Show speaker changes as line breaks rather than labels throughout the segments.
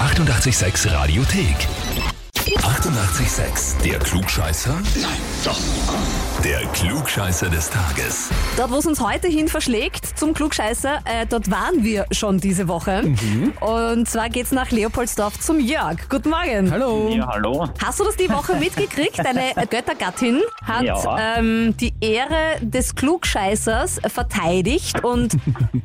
886 Radiothek. 88,6. Der Klugscheißer? Nein, doch. Der Klugscheißer des Tages.
Dort, wo es uns heute hin verschlägt, zum Klugscheißer, äh, dort waren wir schon diese Woche. Und zwar geht's nach Leopoldsdorf zum Jörg. Guten Morgen.
Hallo.
Ja, hallo.
Hast du das die Woche mitgekriegt? Deine Göttergattin hat
Ja.
ähm, die Ehre des Klugscheißers verteidigt und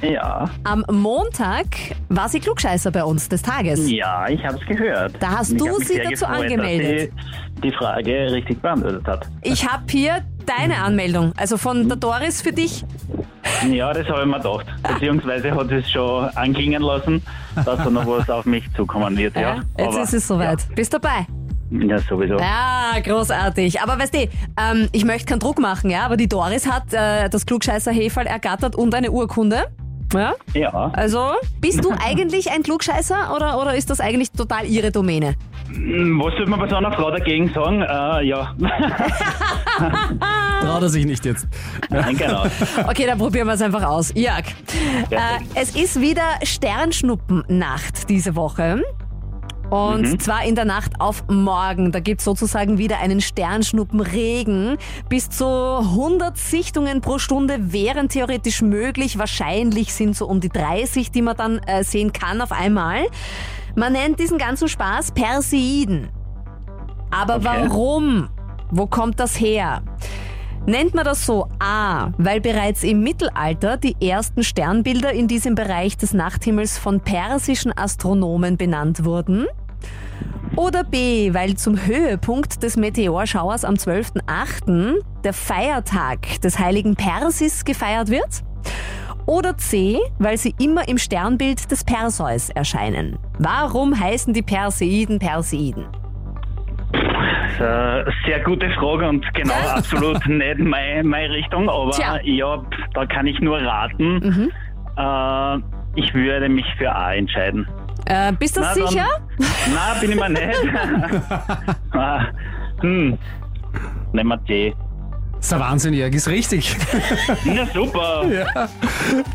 Ja,
am Montag war sie Klugscheißer bei uns des Tages.
ja, ich habe es gehört.
Da hast
Und ich
du
hab mich
sie
sehr
dazu
gefreut,
angemeldet.
Dass sie die Frage richtig beantwortet hat.
Ich habe hier deine Anmeldung, also von
Mhm.
der Doris für dich.
Ja, das habe ich mir gedacht.
Ah.
Beziehungsweise hat sie es schon anklingen lassen, dass da noch was auf mich zukommen wird. Ja,
Ja, jetzt
Aber-
ist es soweit. Äh. Bist dabei?
Ja, ja sowieso.
Ja, großartig. Aber weißt du, ähm, ich möchte keinen Druck machen, ja, aber die Doris hat äh, das Klugscheißer Heferl ergattert und eine Urkunde. Ja,
Ja,
also bist du eigentlich ein Klugscheißer oder, oder ist das eigentlich total ihre Domäne?
Hm, was sollte man bei so einer Frau dagegen sagen? Äh, ja,
Traut er sich nicht jetzt.
nein, genau.
Okay, dann probieren wir es einfach aus. Jörg, äh,
Perfekt.
es ist wieder Sternschnuppennacht diese Woche. Und zwar in der Nacht auf morgen. Da gibt's sozusagen wieder einen Sternschnuppenregen. Bis zu 100 Sichtungen pro Stunde wären theoretisch möglich. Wahrscheinlich sind so um die 30, die man dann äh, sehen kann auf einmal. Man nennt diesen ganzen Spaß Perseiden. Aber
Okay.
warum? Wo kommt das her? Nennt man das so A, weil bereits im Mittelalter die ersten Sternbilder in diesem Bereich des Nachthimmels von persischen Astronomen benannt wurden? Oder B, weil zum Höhepunkt des Meteorschauers am 12.8. der Feiertag des heiligen Persis gefeiert wird? Oder C, weil sie immer im Sternbild des Perseus erscheinen? Warum heißen die Perseiden Perseiden?
Das ist eine Äh, sehr gute Frage und genau absolut nicht meine, meine Richtung, aber
Tja. Mhm.
ja, pf, da kann ich nur raten. Äh, ich würde mich für A entscheiden.
Äh, bist du
Na, dann-
sicher?
Na, bin ich mir nicht. ah, hm. Nehmen wir C.
Ist der Wahnsinn, Jörg, ist richtig.
Na super.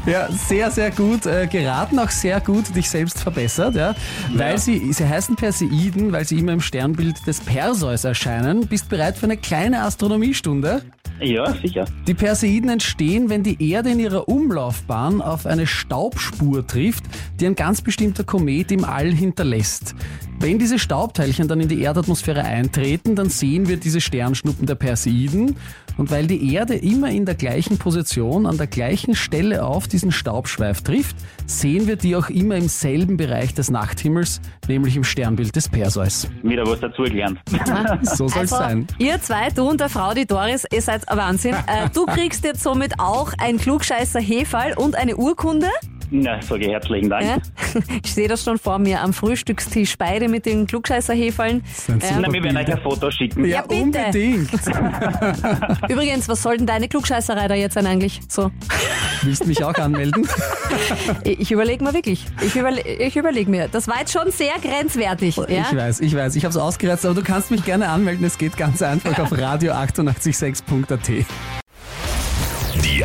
Ja, sehr, sehr gut äh, geraten, auch sehr gut dich selbst verbessert, ja. Weil sie, sie heißen Perseiden, weil sie immer im Sternbild des Perseus erscheinen. Bist bereit für eine kleine Astronomiestunde?
Ja, sicher.
Die Perseiden entstehen, wenn die Erde in ihrer Umlaufbahn auf eine Staubspur trifft, die ein ganz bestimmter Komet im All hinterlässt. Wenn diese Staubteilchen dann in die Erdatmosphäre eintreten, dann sehen wir diese Sternschnuppen der Perseiden. Und weil die Erde immer in der gleichen Position, an der gleichen Stelle auf diesen Staubschweif trifft, sehen wir die auch immer im selben Bereich des Nachthimmels, nämlich im Sternbild des Perseus.
Wieder was dazugelernt.
So soll's
Also,
sein.
ihr zwei, du und der Frau, die Doris, ihr seid ein Wahnsinn. Äh, du kriegst jetzt somit auch ein klugscheißer Hefall und eine Urkunde.
Na, sage ich herzlichen Dank.
Ja? Ich sehe das schon vor mir am Frühstückstisch, beide mit den klugscheißer Hefallen.
ein
Ja.
Na, wir werden euch ein Foto schicken.
Ja, bitte.
unbedingt.
Übrigens, was soll denn deine Klugscheißerei da jetzt sein eigentlich? So,
Willst du mich auch anmelden?
ich ich überlege mir wirklich. Ich, überle ich überlege mir. Das war jetzt schon sehr grenzwertig. Ja?
Ich weiß, ich weiß. Ich habe es ausgereizt, aber du kannst mich gerne anmelden. Es geht ganz einfach auf radio886.at.
Die